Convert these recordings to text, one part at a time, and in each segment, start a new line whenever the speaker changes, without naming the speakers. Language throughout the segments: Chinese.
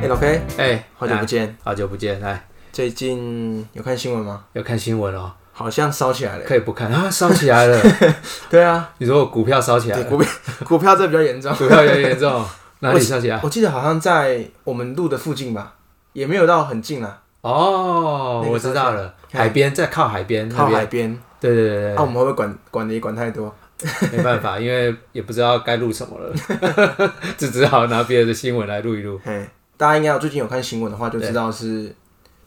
嘿老 K，
哎，
好久不
来，
见，
好久不见，来，
最近有看新闻吗？
要看新闻哦，
好像烧起来了。
可以不看啊，烧起来了，
对啊，
你说我股票烧起来
对
了，
股票 股票这比较严重。
股票有点严重，哪里烧起来？
我记得好像在我们路的附近吧，也没有到很近啊，
哦，
那个
我知道了，
烧起来
海边在靠海边那
靠海
边，
边。啊
对对对
那我们会不会管管的也管太多？
对，没办法，因为也不知道该录什么了，就只好拿别人的新闻来录一录
嘿，大家应该有最近有看新闻的话，就知道是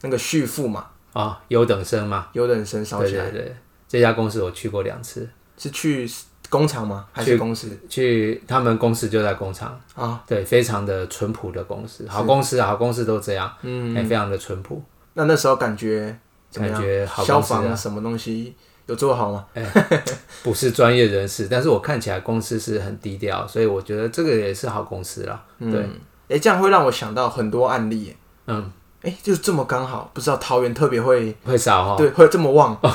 那个旭富嘛，
啊，优等生嘛，
有人生烧
对
起来，
对对，这家公司我去过两次，
是去工厂吗？还是公司
去他们公司就在工厂，
啊？
对，非常的淳朴的公司，好公司啊，好公司都这样，嗯，哎，非常的淳朴。
那那时候感觉怎么样？
感觉好
消
公司啊
防什么东西有做好吗？
不是专业人士，但是我看起来公司是很低调，所以我觉得这个也是好公司啦。对，
嗯，哎、这样会让我想到很多案例耶。
嗯，
哎、就是这么刚好，不知道桃园特别会、
会少哈、
对会这么旺。
哦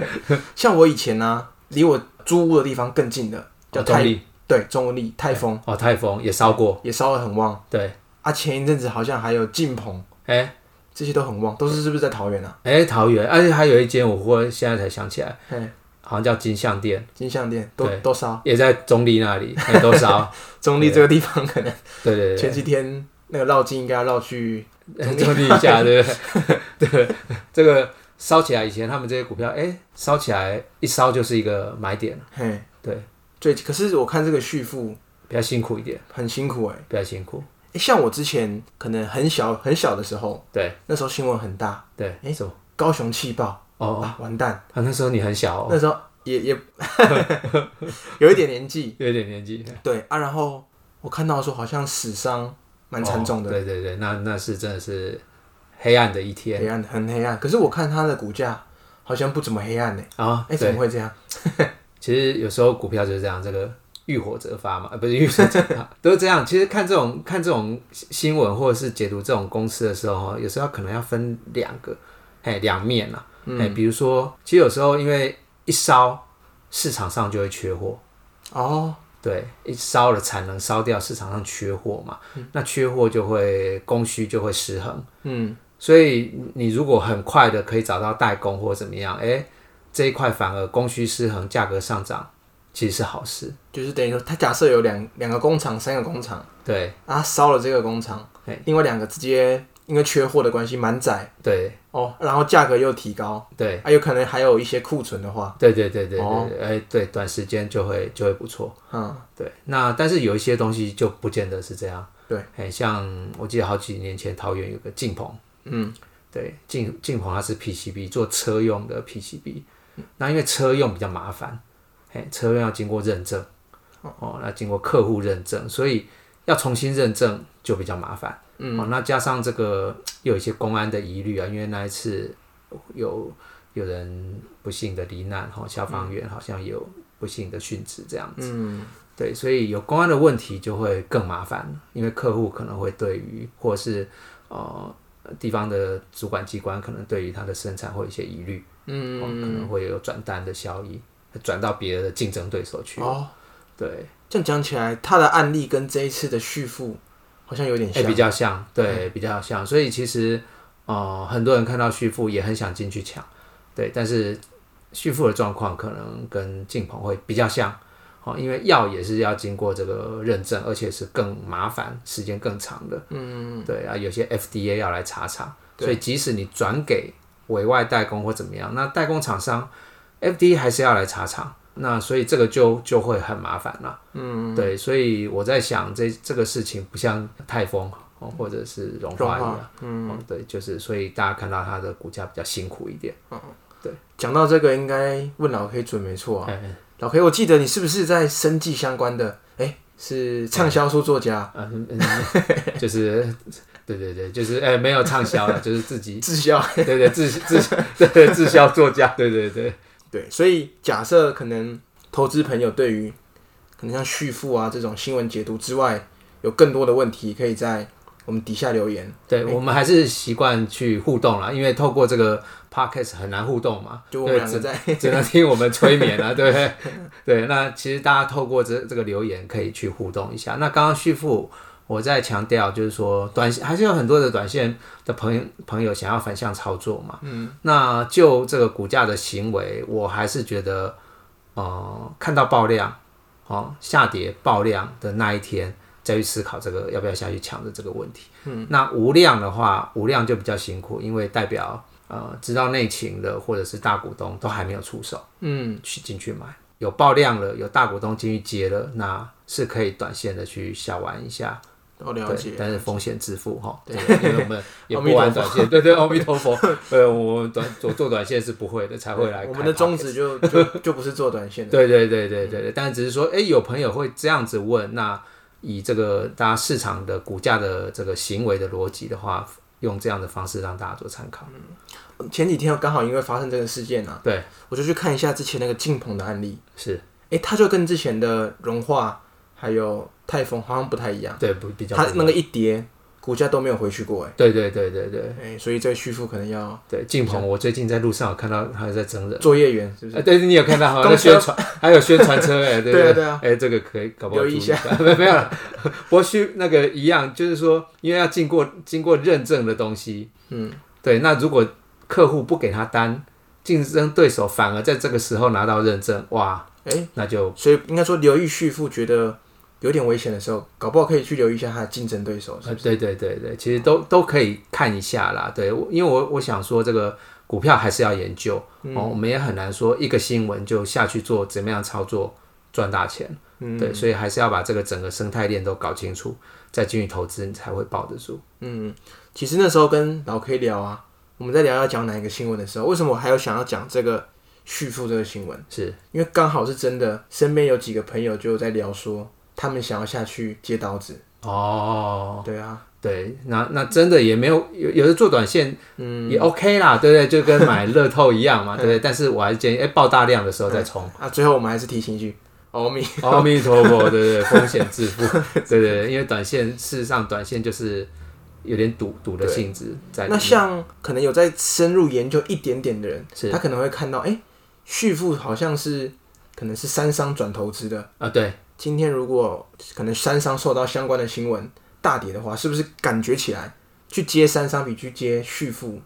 像我以前呢、离我租屋的地方更近的叫
哦，
泰、
中立
对中文里泰丰
哦，泰丰也烧过，
也烧得很旺
对，
啊。前一阵子好像还有晋鹏，
哎、
这些都很旺，都是是不是在桃园啊？
哎、桃园，而且还有一间我忽然现在才想起来，
嘿，
好像叫金像店，
金项店都
对
都烧，
也在中立 那里，哎都烧，
中立这个地方可能
对对对
前几天那个绕境应该要绕去
对，中立一下，对不对？对，这个烧起来以前他们这些股票，哎、烧起来一烧就是一个买点，
嘿，
对，
最可是我看这个续付
比较辛苦一点，
很辛苦哎、
比较辛苦，
诶像我之前可能很小很小的时候，
对
那时候新闻很大，
对，哎、什么？
高雄气爆、
哦，
啊，完蛋，
啊，那时候你很小、哦。
那时候也 也有一点年纪，
有一点年纪，
对啊，然后我看到说好像死伤蛮惨重的，
哦对对对，那那是真的是黑暗的一天
黑暗很黑暗，可是我看它的股价好像不怎么黑暗呢、
啊
哎、、怎
对，
么会这样？
其实有时候股票就是这样，这个遇火则发嘛，呃不是遇火则发， 都是这样。其实看这种看这种新闻或者是解读这种公司的时候，有时候可能要分两个，哎，两面啦。
嗯
哎、比如说，其实有时候因为一烧，市场上就会缺货。
哦，
对，一烧了产能烧掉，市场上缺货嘛，那缺货就会供需就会失衡。
嗯，
所以你如果很快的可以找到代工或怎么样，哎、这一块反而供需失衡，价格上涨，其实是好事。
就是等于说，它假设有两两个工厂、三个工厂
对
啊，烧了这个工厂
嘿，
另外两个直接因为缺货的关系满载。
对
哦，然后价格又提高，
对
啊，有可能还有一些库存的话，
对对对对对，哎、
哦
对，短时间就会就会不错。
嗯，
对，那但是有一些东西就不见得是这样。
对，
哎、像我记得好几年前桃园有个晋鹏，
嗯，
对，晋晋鹏它是 PCB 做车用的 PCB，那因为车用比较麻烦，哎、车用要经过认证，哦，那经过客户认证，所以要重新认证就比较麻烦。嗯、哦，那加上这个又有一些公安的疑虑啊，因为那一次有有人不幸的罹难，哈、哦，消防员好像也有不幸的殉职这样。
嗯，
对，所以有公安的问题就会更麻烦，因为客户可能会对于或是呃地方的主管机关可能对于它的生产会有一些疑虑，哦，
嗯
可能会有转单的效益，转到别的竞争对手去。
哦，
对，
这样讲起来，他的案例跟这一次的续付好像有点
哎、
像，嗯
比较像，对，比较像。所以其实呃，很多人看到旭富也很想进去抢，对，但是旭富的状况可能跟晋鹏会比较像。哦，因为药也是要经过这个认证，而且是更麻烦、时间更长的。
嗯，
对啊，有些 FDA 要来查查，
对
所以即使你转给委外代工或怎么样，那代工厂商 FDA 还是要来查查，那所以这个就就会很麻烦了。嗯，对，所以我在想这这个事情不像泰丰哦，或者是融化一
融
样，嗯、对，就是所以大家看到它的股价比较辛苦一 点。
讲到这个，应该问老 K 准没错啊，
哎、
老 K，我记得你是不是在生计相关的？哎，是畅销书作家，
啊 嗯嗯就是对对对，就是哎、没有畅销了，就是哎自己
滞销，
对对自自对对自销作家，对对对。
对，所以假设可能投资朋友对于可能像续付啊这种新闻解读之外，有更多的问题，可以在我们底下留言，
对，我们还是习惯去互动啦，因为透过这个 podcast 很难互动嘛，
就我们
对
两个在
只只能听我们催眠啊，对不对？对，那其实大家透过这这个留言可以去互动一下。那刚刚旭富，我在强调就是说，短还是有很多的短线的朋友朋友想要反向操作嘛。嗯，那就这个股价的行为，我还是觉得，呃，看到爆量，哦，下跌爆量的那一天，再去思考这个要不要下去抢的这个问题。嗯，那无量的话，无量就比较辛苦，因为代表呃，知道内情的或者是大股东都还没有出手
嗯，
去进去买，有爆量了，有大股东进去接了，那是可以短线的去小玩一下。
我了
对，
解。
但是风险自负哈，对，因为我们也不玩 短线，对对，阿弥陀佛，呃，我们短我做短线是不会的，才会来。
我们的宗，旨就就就不是做短线的，
对对对对对对，但只是说，哎，有朋友会这样子问，那以这个大家市场的股价的这个行为的逻辑的话，用这样的方式让大家做参考。
前几天刚好因为发生这个事件啊，
对，
我就去看一下之前那个进鹏的案例，
是，
诶，它就跟之前的融化还有泰丰好像不太一样，
对，不比较
它
不一样，
那个一跌，股价都没有回去过，
对对对对对
诶，诶，所以这个续付可能要
对，进鹏，我最近在路上有看到他在真人。
作业员是不是？
哎，对你有看到好像
公
在
车
宣传，还有宣传车哎，对
对啊
对
对啊，
哎，这个可以搞不好
留意
注意
一
一下， 没没有了。不过需那个一样，就是说，因为要经过经过认证的东西，
嗯，
对。那如果客户不给他单，竞争对手反而在这个时候拿到认证，哇，
诶，
那就
所以应该说留意续付觉得有点危险的时候，搞不好可以去留意一下他的竞争对手，
呃，对对对对，其实都都可以看一下啦。对，我因为我我想说，这个股票还是要研究、哦，我们也很难说一个新闻就下去做怎么样操作赚大钱。
嗯，
对，所以还是要把这个整个生态链都搞清楚，再进去投资，你才会抱得住。
嗯，其实那时候跟老 K 聊啊，我们在聊要讲哪一个新闻的时候，为什么我还有想要讲这个续付这个新闻？
是，
因为刚好是真的，身边有几个朋友就在聊说，他们想要下去接刀子。
哦，
对啊，
对，那那真的也没有有有的做短线，嗯，也 OK 啦，对不对？就跟买乐透一样嘛，对不对？但是我还是建议，哎，爆大量的时候再冲。
啊，最后我们还是提醒一句，哦欧米，
阿弥陀佛，对对，风险自负， 对对，对因为短线事实上短线就是有点赌赌的性质在里
那
面。
像可能有在深入研究一点点的人，
是
他可能会看到，哎、续付好像是可能是三商转投资的。
啊，对，
今天如果可能三商受到相关的新闻大跌的话，是不是感觉起来去接三商比去接续付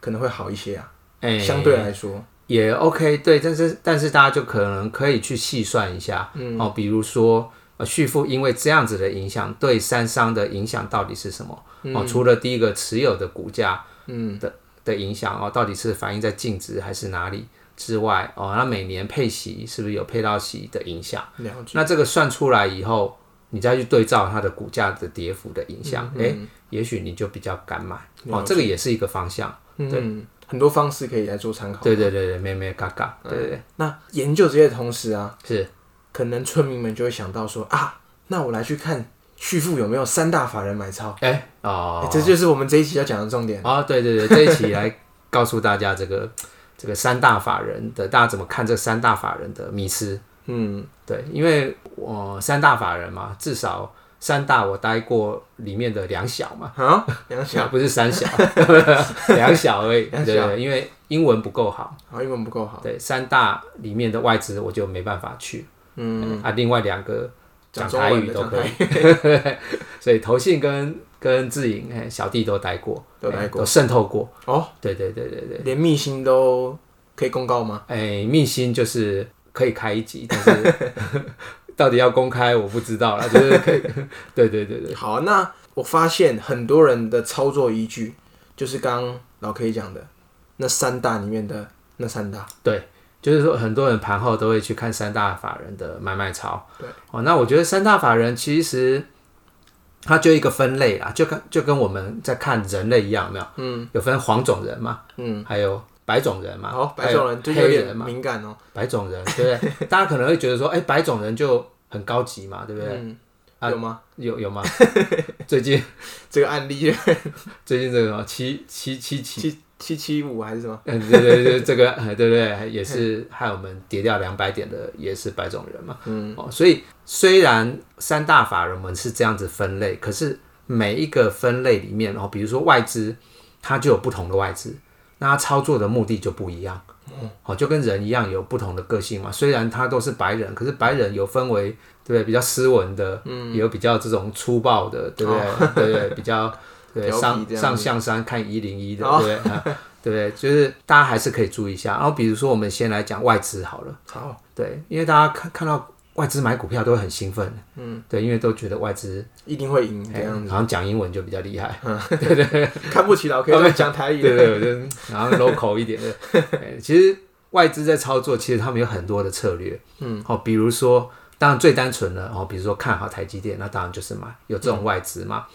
可能会好一些啊？
哎，
相对来说，
也 OK，对，但是但是大家就可能可以去细算一下，嗯，哦，比如说呃，续付因为这样子的影响，对三商的影响到底是什么？哦，除了第一个持有的股价
嗯，
的影响哦，到底是反映在净值还是哪里之外哦，那每年配息是不是有配到息的影响？
了解。
那这个算出来以后，你再去对照它的股价的跌幅的影响，诶，也许你就比较敢买哦，这个也是一个方向，
嗯，很多方式可以来做参考。
对对对对，妹妹嘎嘎，对对对，
那研究这些的同时啊，
嗯是。
可能村民们就会想到说啊，那我来去看旭富有没有三大法人买超、
哎、哦
欸，这就是我们这一期要讲的重点。
哦，对对对，这一期来告诉大家这个 这个三大法人的，大家怎么看这三大法人的迷失？
嗯，
对，因为我、三大法人嘛，至少三大我待过里面的两小嘛，
好，杨想，
不是三小， 两小而已。
两
对
小
对对，因为英文不够好，
好，英文不够好。
对三大里面的外资我就没办法去。
嗯，
啊，另外两个
讲
讲
中
台
文
语
的
都
讲
可
台
以， 所以投信跟跟自营哎小弟都待过，
都待
哎都渗透过。
哦，
对对对对对。
连密星都可以公告吗？
哎，密心就是可以开一集，但是 到底要公开我不知道啦，就是可以， 对对对对，
好，那我发现很多人的操作依据就是刚刚老 K 讲的那三大里面的那三大。
就是说很多人盘后都会去看三大法人的买卖潮，对，哦，那我觉得三大法人其实它就一个分类啦，就跟就跟我们在看人类一样，有没有？嗯，有分黄种人嘛，嗯，还有白种人嘛，
好，白
还有
种人就有
黑人
点敏感哦。
白种人，对不对？大家可能会觉得说，哎，白种人就很高级嘛，对不对？
嗯，
啊
有吗？
有有吗？最近
这个案例
最近这个什么七七七七
七七七五还是什么？
嗯，对对对，这个呃对不对？也是害我们跌掉两百点的，也是白种人嘛。嗯，哦，所以虽然三大法人我们是这样子分类，可是每一个分类里面，哦，比如说外资，它就有不同的外资，那它操作的目的就不一样。
嗯
好、就跟人一样有不同的个性嘛。虽然他都是白人，可是白人有分为对不对比较斯文的，嗯，也有比较这种粗暴的，对不对？ 对不对？比较对
哦 调皮
上
这样子
上象山看一零一的，
哦
对不对？啊对不对？就是大家还是可以注意一下。然后比如说我们先来讲外资好了，
好，
对，因为大家看看到外资买股票都会很兴奋，嗯，对，因为都觉得外资
一定会赢这样子，
好像讲英文就比较厉害，
看不起老 K 在讲台语
对
的，
对，我就然后 local 一点的。哎其实外资在操作，其实他们有很多的策略，嗯，好、比如说，当然最单纯的哦，比如说看好台积电，那当然就是买，有这种外资嘛。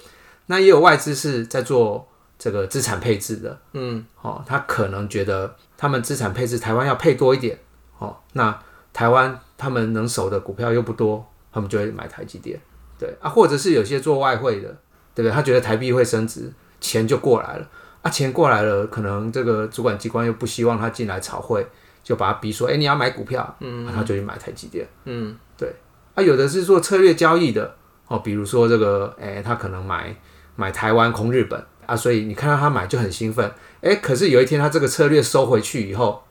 那也有外资是在做这个资产配置的，
嗯，
哦，他可能觉得他们资产配置台湾要配多一点，哦，那台湾他们能守的股票又不多，他们就会买台积电，对啊，或者是有些做外汇的，对不对？他觉得台币会升值，钱就过来了，啊，钱过来了，可能这个主管机关又不希望他进来炒汇，就把他逼说，哎、你要买股票，嗯、啊，他就去买台积电，
嗯，
对，啊，有的是做策略交易的，哦，比如说这个，哎、他可能买买台湾空日本啊，所以你看到他买就很兴奋，哎、可是有一天他这个策略收回去以后，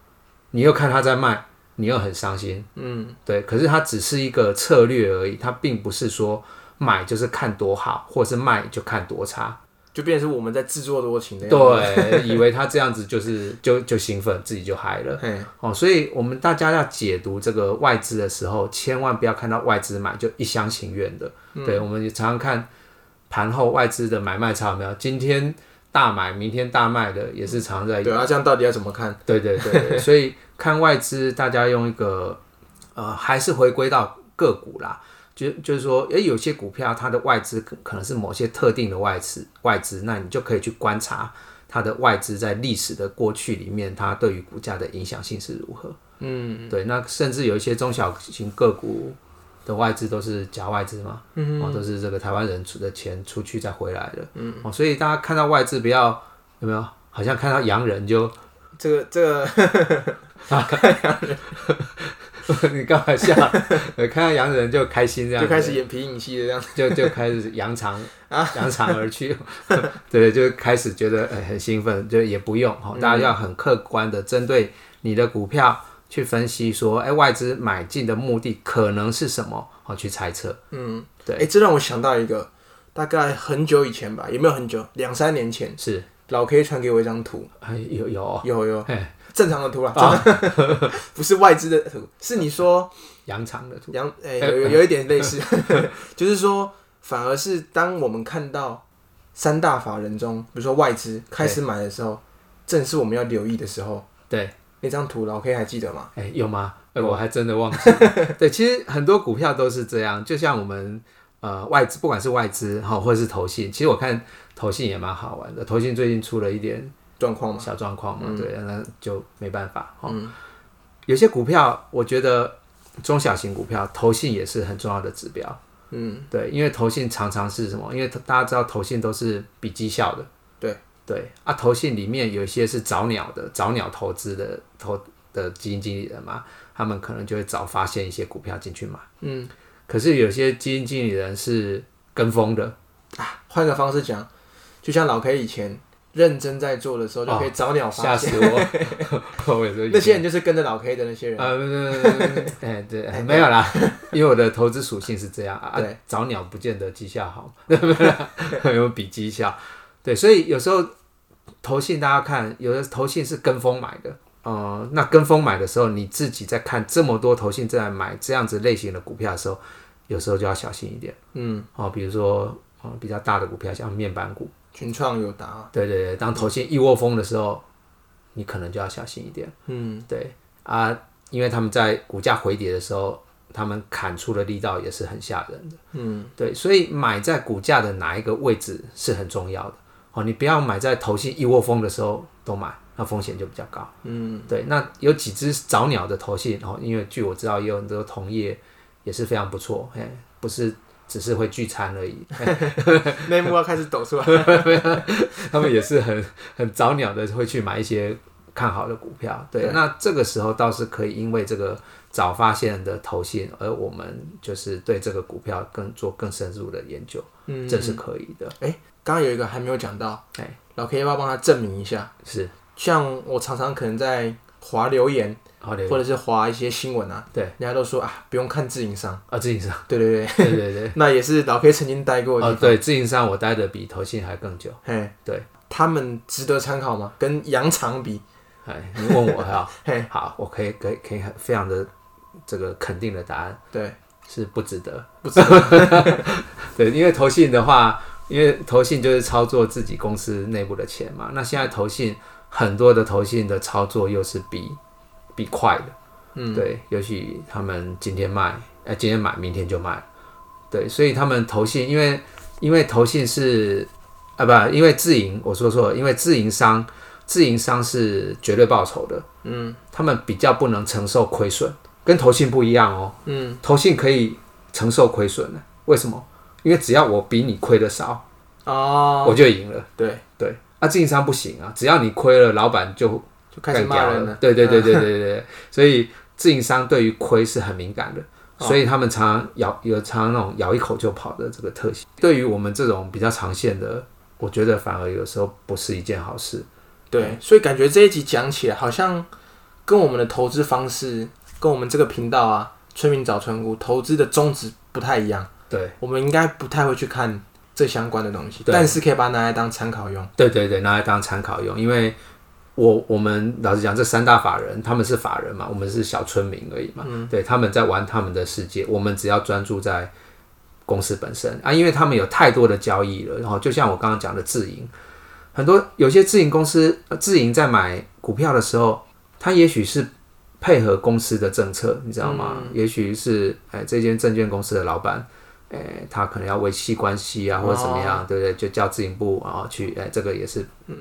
你又看他在卖，你又很伤心，嗯，对，可是他只是一个策略而已，他并不是说买就是看多好，或是卖就看多差，
就变成是我们在自作多情的样子，
对，以为他这样子就是 就就兴奋，自己就嗨了。
对，
哦，所以我们大家要解读这个外资的时候，千万不要看到外资买就一厢情愿的。对，我们也常常看盘后外资的买卖差有没有？今天大买，明天大卖的，也是常在。
对啊，这样到底要怎么看？
对对对 对，所以看外资，大家用一个呃，还是回归到个股啦。就就是说，诶、有些股票它的外资可可能是某些特定的外资，外资，那你就可以去观察它的外资在历史的过去里面，它对于股价的影响性是如何。嗯，对。那甚至有一些中小型个股的外资都是假外资嘛，嗯、哦，都是这个台湾人出的钱出去再回来的。嗯，哦，所以大家看到外资不要有没有？好像看到洋人就
这个这个
你干 嘛笑？呃看到洋人就开心这样
就
子，
开始啊演皮影戏的这样，
就就开始扬 长扬长而去， 对，就开始觉得、呃很兴奋，就也不用哈、
嗯
哦大家要很客观的针对你的股票去分析说，哎、外资买进的目的可能是什么？好、去猜测。
嗯，
对
哎、这让我想到一个，大概很久以前吧，也没有很久，两三年前，
是，
老 K 传给我一张图，
哎，有有哦
有有
嘿啊
正常的图啦，正常不是外资的图，是你说
扬长的图，
杨，哎、有有有一点类 似，就是说，反而是当我们看到三大法人中，比如说外资开始买的时候，正是我们要留意的时候。
对，
那张图老 K 还记得吗？
哎，有吗？哎，我还真的忘记了。 对，其实很多股票都是这样，就像我们呃外资，不管是外资哈、或者是投信，其实我看投信也蛮好玩的。投信最近出了一点
状况吗？
小状况
嗯
嘛，对，那就没办法哈。有些股票，我觉得中小型股票，投信也是很重要的指标。
嗯，
对，因为投信常常是什么？因为大家知道投信都是比绩效的，
对
对啊，投信里面有一些是早鸟的，早鸟投资的投的基金经理人嘛，他们可能就会早发现一些股票进去买，
嗯，
可是有些基金经理人是跟风的，
啊，换个方式讲，就像老 K 以前认真在做的时候，就可以早鸟发
吓
现。
死我，我 也是
那些人就是跟着老 K 的那些人，
呃， 哎，对，没有啦， 因为我的投资属性是这样啊
对，
早鸟不见得绩效好， 对不对？有比绩效，对，所以有时候投信大家看，有的投信是跟风买的，呃，那跟风买的时候，你自己在看这么多投信在买这样子类型的股票的时候，有时候就要小心一点
嗯，
哦，比如说。哦，比较大的股票像面板股，
群创有答，
对对对，当投信一窝蜂的时候，你可能就要小心一点。
嗯，
对啊，因为他们在股价回跌的时候，他们砍出的力道也是很吓人的。嗯，对，所以买在股价的哪一个位置是很重要的。哦，你不要买在投信一窝蜂的时候都买，那风险就比较高。嗯，对，那有几只早鸟的投信，哦，因为据我知道也有很多同业也是非常不错，哎，不是只是会聚餐而已，
内幕要开始抖出来。
他们也是很很早鸟的会去买一些看好的股票。对，
对
那这个时候倒是可以因为这个早发现的投信，而我们就是对这个股票更做更深入的研究，
嗯，
这是可以的。
刚刚有一个还没有讲到，
哎嗯
老 K 要不要帮他证明一下？
是
像我常常可能在划留言
好的
或者是划一些新闻啊，
对，
人家都说啊，不用看自营商。
啊，自营商，
对对对，
对 对对，
那也是老 K 曾经待过的
哦
地
对，自营商我待的比投信还更久，
方。嘿，
对，
他们值得参考吗？跟羊肠比，
哎，你问我哈
嘿，
好，我可以可以可以非常的这个肯定的答案
对，
是不值得，
不值
对，因为投信的话，因为投信就是操作自己公司内部的钱嘛。那现在投信很多的投信的操作又是比比快的，
嗯，
对，尤其他们今天卖，呃，今天买，明天就卖，对，所以他们投信，因为因为投信是啊不，因为自营，我说错了，因为自营商自营商是绝对报酬的，嗯，他们比较不能承受亏损，跟投信不一样哦，
嗯，
投信可以承受亏损的，为什么？因为只要我比你亏的少，
哦，
我就赢了。
对，
对，啊，自营商不行啊，只要你亏了，老板就
就开始
干
骂
掉
人
了
了。啊
对对对对对对对，所以自营商对于亏是很敏感的，
哦
所以他们常常咬有常常那种咬一口就跑的这个特性。对于我们这种比较长线的，我觉得反而有时候不是一件好事。
嗯对，所以感觉这一集讲起来，好像跟我们的投资方式，跟我们这个频道啊，村民找村姑投资的宗旨不太一样。
对
我们应该不太会去看这相关的东西，
对
但是可以把它拿来当参考用。
对对对，拿来当参考用，因为。我我们老实讲，这三大法人他们是法人嘛，我们是小村民而已嘛，对，他们在玩他们的世界，我们只要专注在公司本身啊，因为他们有太多的交易了，然后就像我刚刚讲的自营，很多有些自营公司呃自营在买股票的时候，它也许是配合公司的政策，你知道吗？也许是哎这间证券公司的老板。哎，他可能要维系关系
哦
啊，或者怎么样，对不对？就叫自营部然后去，哎，这个也是，嗯，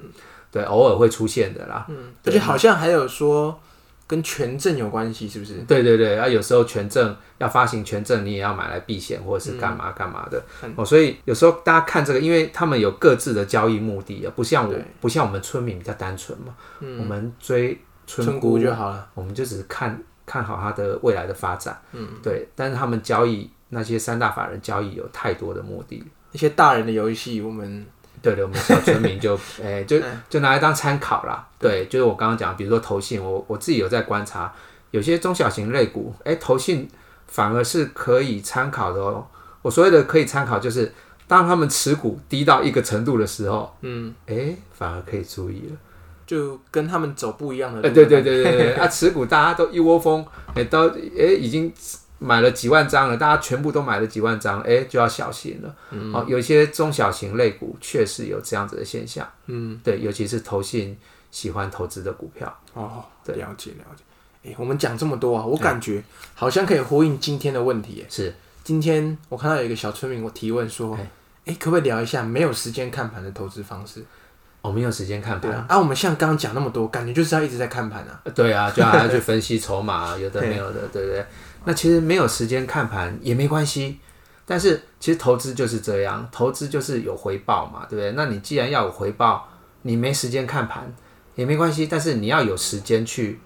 对，偶尔会出现的啦。
嗯，而且好像还有说跟权证有关系，是不是？
对对对，啊，有时候权证要发行权证，你也要买来避险或者是
嗯
干嘛干嘛的、哦。所以有时候大家看这个，因为他们有各自的交易目的啊，不像我
对嗯
不像我们村民比较单纯嘛，我们追村
村
姑
姑就好了。
我们就只是看看好它的未来的发展。嗯，对，但是他们交易那些三大法人交易有太多的目的。
一些大人的游戏，我们
对的，我们小村民就哎、就就拿来当参考啦。对，就是我刚刚讲，比如说投信，我我自己有在观察，有些中小型类股，哎、投信反而是可以参考的哦。我所谓的可以参考，就是当他们持股低到一个程度的时候，嗯，哎、反而可以注意了。
就跟他们走不一样的
哎、
路。
对对对对 对，啊，持股大家都一窝蜂，哎、都哎、已经买了几万张了，大家全部都买了几万张，哎、就要小心了。哦，有一些中小型类股确实有这样子的现象。
嗯，
对，尤其是投信喜欢投资的股票。
哦， 了解了解。哎、我们讲这么多啊，我感觉好像可以呼应今天的问题耶。
是，
今天我看到有一个小村民，我提问说，哎、可不可以聊一下没有时间看盘的投资方式？
哦我们有时间看
对
盘。
啊，啊，我们像刚刚讲那么多，感觉就是要一直在看盘啊。
对啊，就还要去分析筹码，有的没有的，对不对？那其实没有时间看盘也没关系，但是其实投资就是这样，投资就是有回报嘛，对不对？那你既然要有回报，你没时间看盘也没关系，但是你要有时间去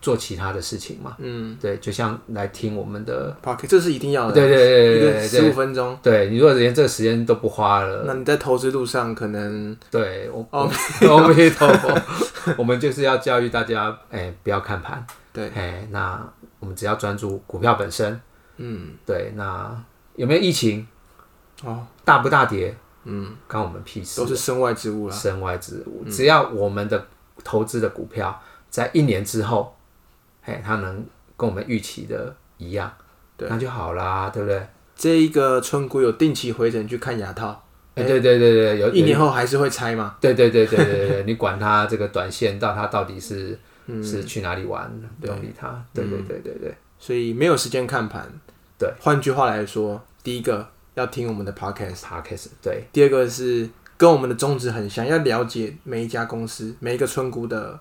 做其他的事情嘛。嗯，对，就像来听我们的，
p o c 这是一定要的，
对对对对
啊一个
对呃
十
对
五分钟。
对，你如果连这个时间都不花了，
那你在投资路上可能
对，我
哦
我阿弥陀佛， 我们就是要教育大家，哎、不要看盘，
对，
哎、那我们只要专注股票本身，嗯，对，那有没有疫情，
哦，
大不大跌，嗯，关我们屁事
都，是身外之物了。
身外之
嗯
物，只要我们的投资的股票在一年之后，哎、它能跟我们预期的一样，
对
那就好啦，对不对？
这一个村姑有定期回诊去看牙套，
哎、对对对对，有
一
有
年后还是会拆嘛？
对对对对对对对，你管他这个短线到他到底是、是去哪里玩，不用理他。对对对对对，
所以没有时间看盘。
对，
换句话来说，第一个要听我们的 podcast，
p a r k e s 对
第二个是跟我们的宗旨很像，要了解每一家公司、每一个村姑的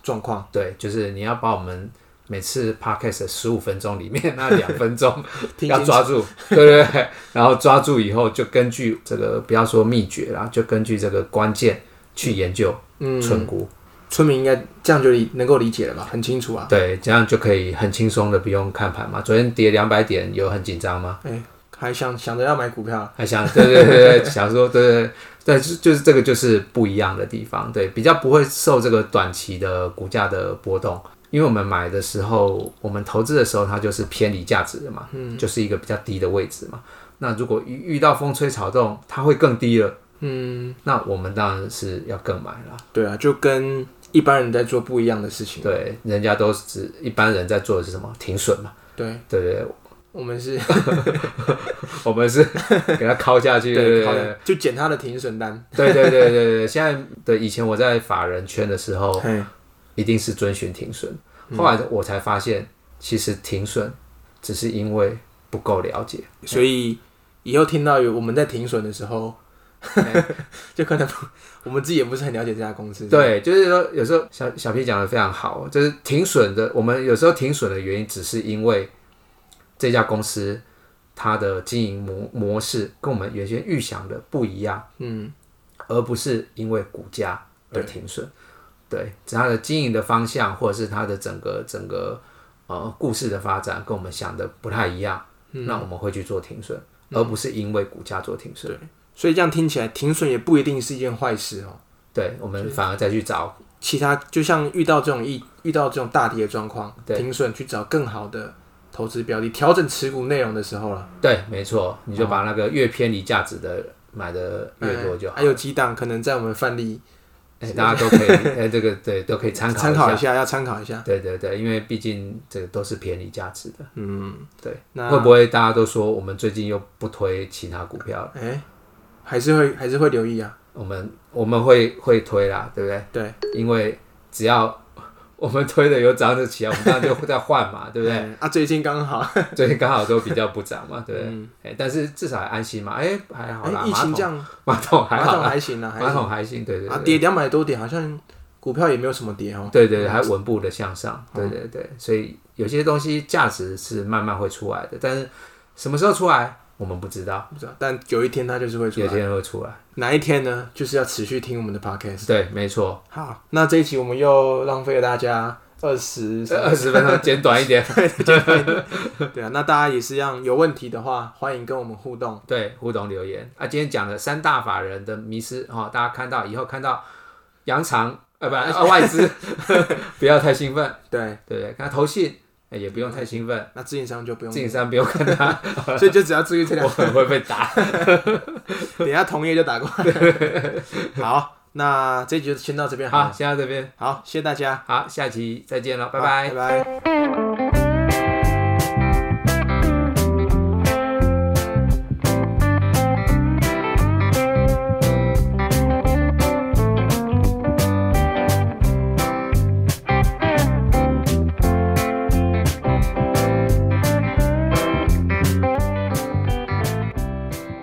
状 况。
对，就是你要把我们每次 p a r k e s 十五分钟里面那两分钟
听
要抓住，对对对，然后抓住以后就根据这个不要说秘诀啦，就根据这个关键去研究
嗯，
存股，
村民应该这样就理能够理解了吧？很清楚啊。
对，这样就可以很轻松的不用看盘嘛。昨天跌两百点，有很紧张吗？
哎、还想想着要买股票，啊
还想对对对对，想说对对对，但是就是这个就是不一样的地方，对，比较不会受这个短期的股价的波动。因为我们买的时候，我们投资的时候，它就是偏离价值的嘛，嗯，就是一个比较低的位置嘛。那如果遇遇到风吹草动，它会更低了，嗯，那我们当然是要更买了。
对啊，就跟一般人在做不一样的事情。
对，人家都是一般人在做的是什么停损嘛，
对，
对不对？
我们是
我们是给它敲下去，对
对，
不
好
对？
的，就捡他的停损单。
对对对对对，现在对以前我在法人圈的时候，
嘿
一定是遵循停损。后来我才发现，其实停损只是因为不够了解，
所以以后听到有我们在停损的时候，就可能不我们自己也不是很了解这家公司。
哎对，就是说有时候小小 P 讲的非常好，哦就是停损的，我们有时候停损的原因只是因为这家公司它的经营模模式跟我们原先预想的不一样，
嗯，
而不是因为股价而停损。对，只它的经营的方向或者是它的整个整个呃故事的发展跟我们想的不太一样，那我们会去做停损，而不是因为股价做停损。
所以这样听起来，停损也不一定是一件坏事哦。
对，我们反而再去找
其他就像遇到这种一遇到这种大跌的状况，
对
停损去找更好的投资标的，调整持股内容的时候了，
对，没错，你就把那个越偏离价值的买的越多就好。
哎还有几档可能在我们范例
哎、大家都可以，哎、这个对都可以参考
参
一
考
下
一下，要参考一下。
对对对，因为毕竟这个都是偏离价值的。
嗯，
对，
那
会不会大家都说我们最近又不推其他股票了？
哎、还是会还是会留意啊。
我们我们会会推啦，对不对？
对，
因为只要 我们推的有涨得起来，我们当然就会再换嘛，对不 对？
嗯啊，最近刚好，
最近刚好都比较不涨嘛，对不对？哎、但是至少还安心嘛，哎、还好
嗯哎、
啦，
疫
马
情这
桶
样，
马桶还
马
好
总
啦，
还行啊，还
马桶还行，对对对
啊，跌两百多点，好像股票也没有什么跌哦。
对对，对，还稳步的向上，对对对，所以有些东西价值是慢慢会出来的，但是什么时候出来我们不知道，
不知道，但有一天它就是会出
有
来。
些人会出来，
哪一天呢？就是要持续听我们的 podcast。
对，没错，
好，那这一集我们又浪费了大家二十，
二十分钟简短一点，
对啊，那大家也是一样，有问题的话欢迎跟我们互动。
对，互动留言啊，今天讲了三大法人的迷失哦，大家看到以后看到扬长呃不、 呃、外资不要太兴奋，
对，
对不对？看投信、哎也不用太兴奋，
那自营商就不用
自，营商不用看他，
所以就只要注意这两
嗯 我们会被打，
等一下同业就打过 来。好，那这一集就先到这边好
好，
了。
先到这边，
好，谢谢大家，
好，下期再见了，拜
好
拜
拜。拜。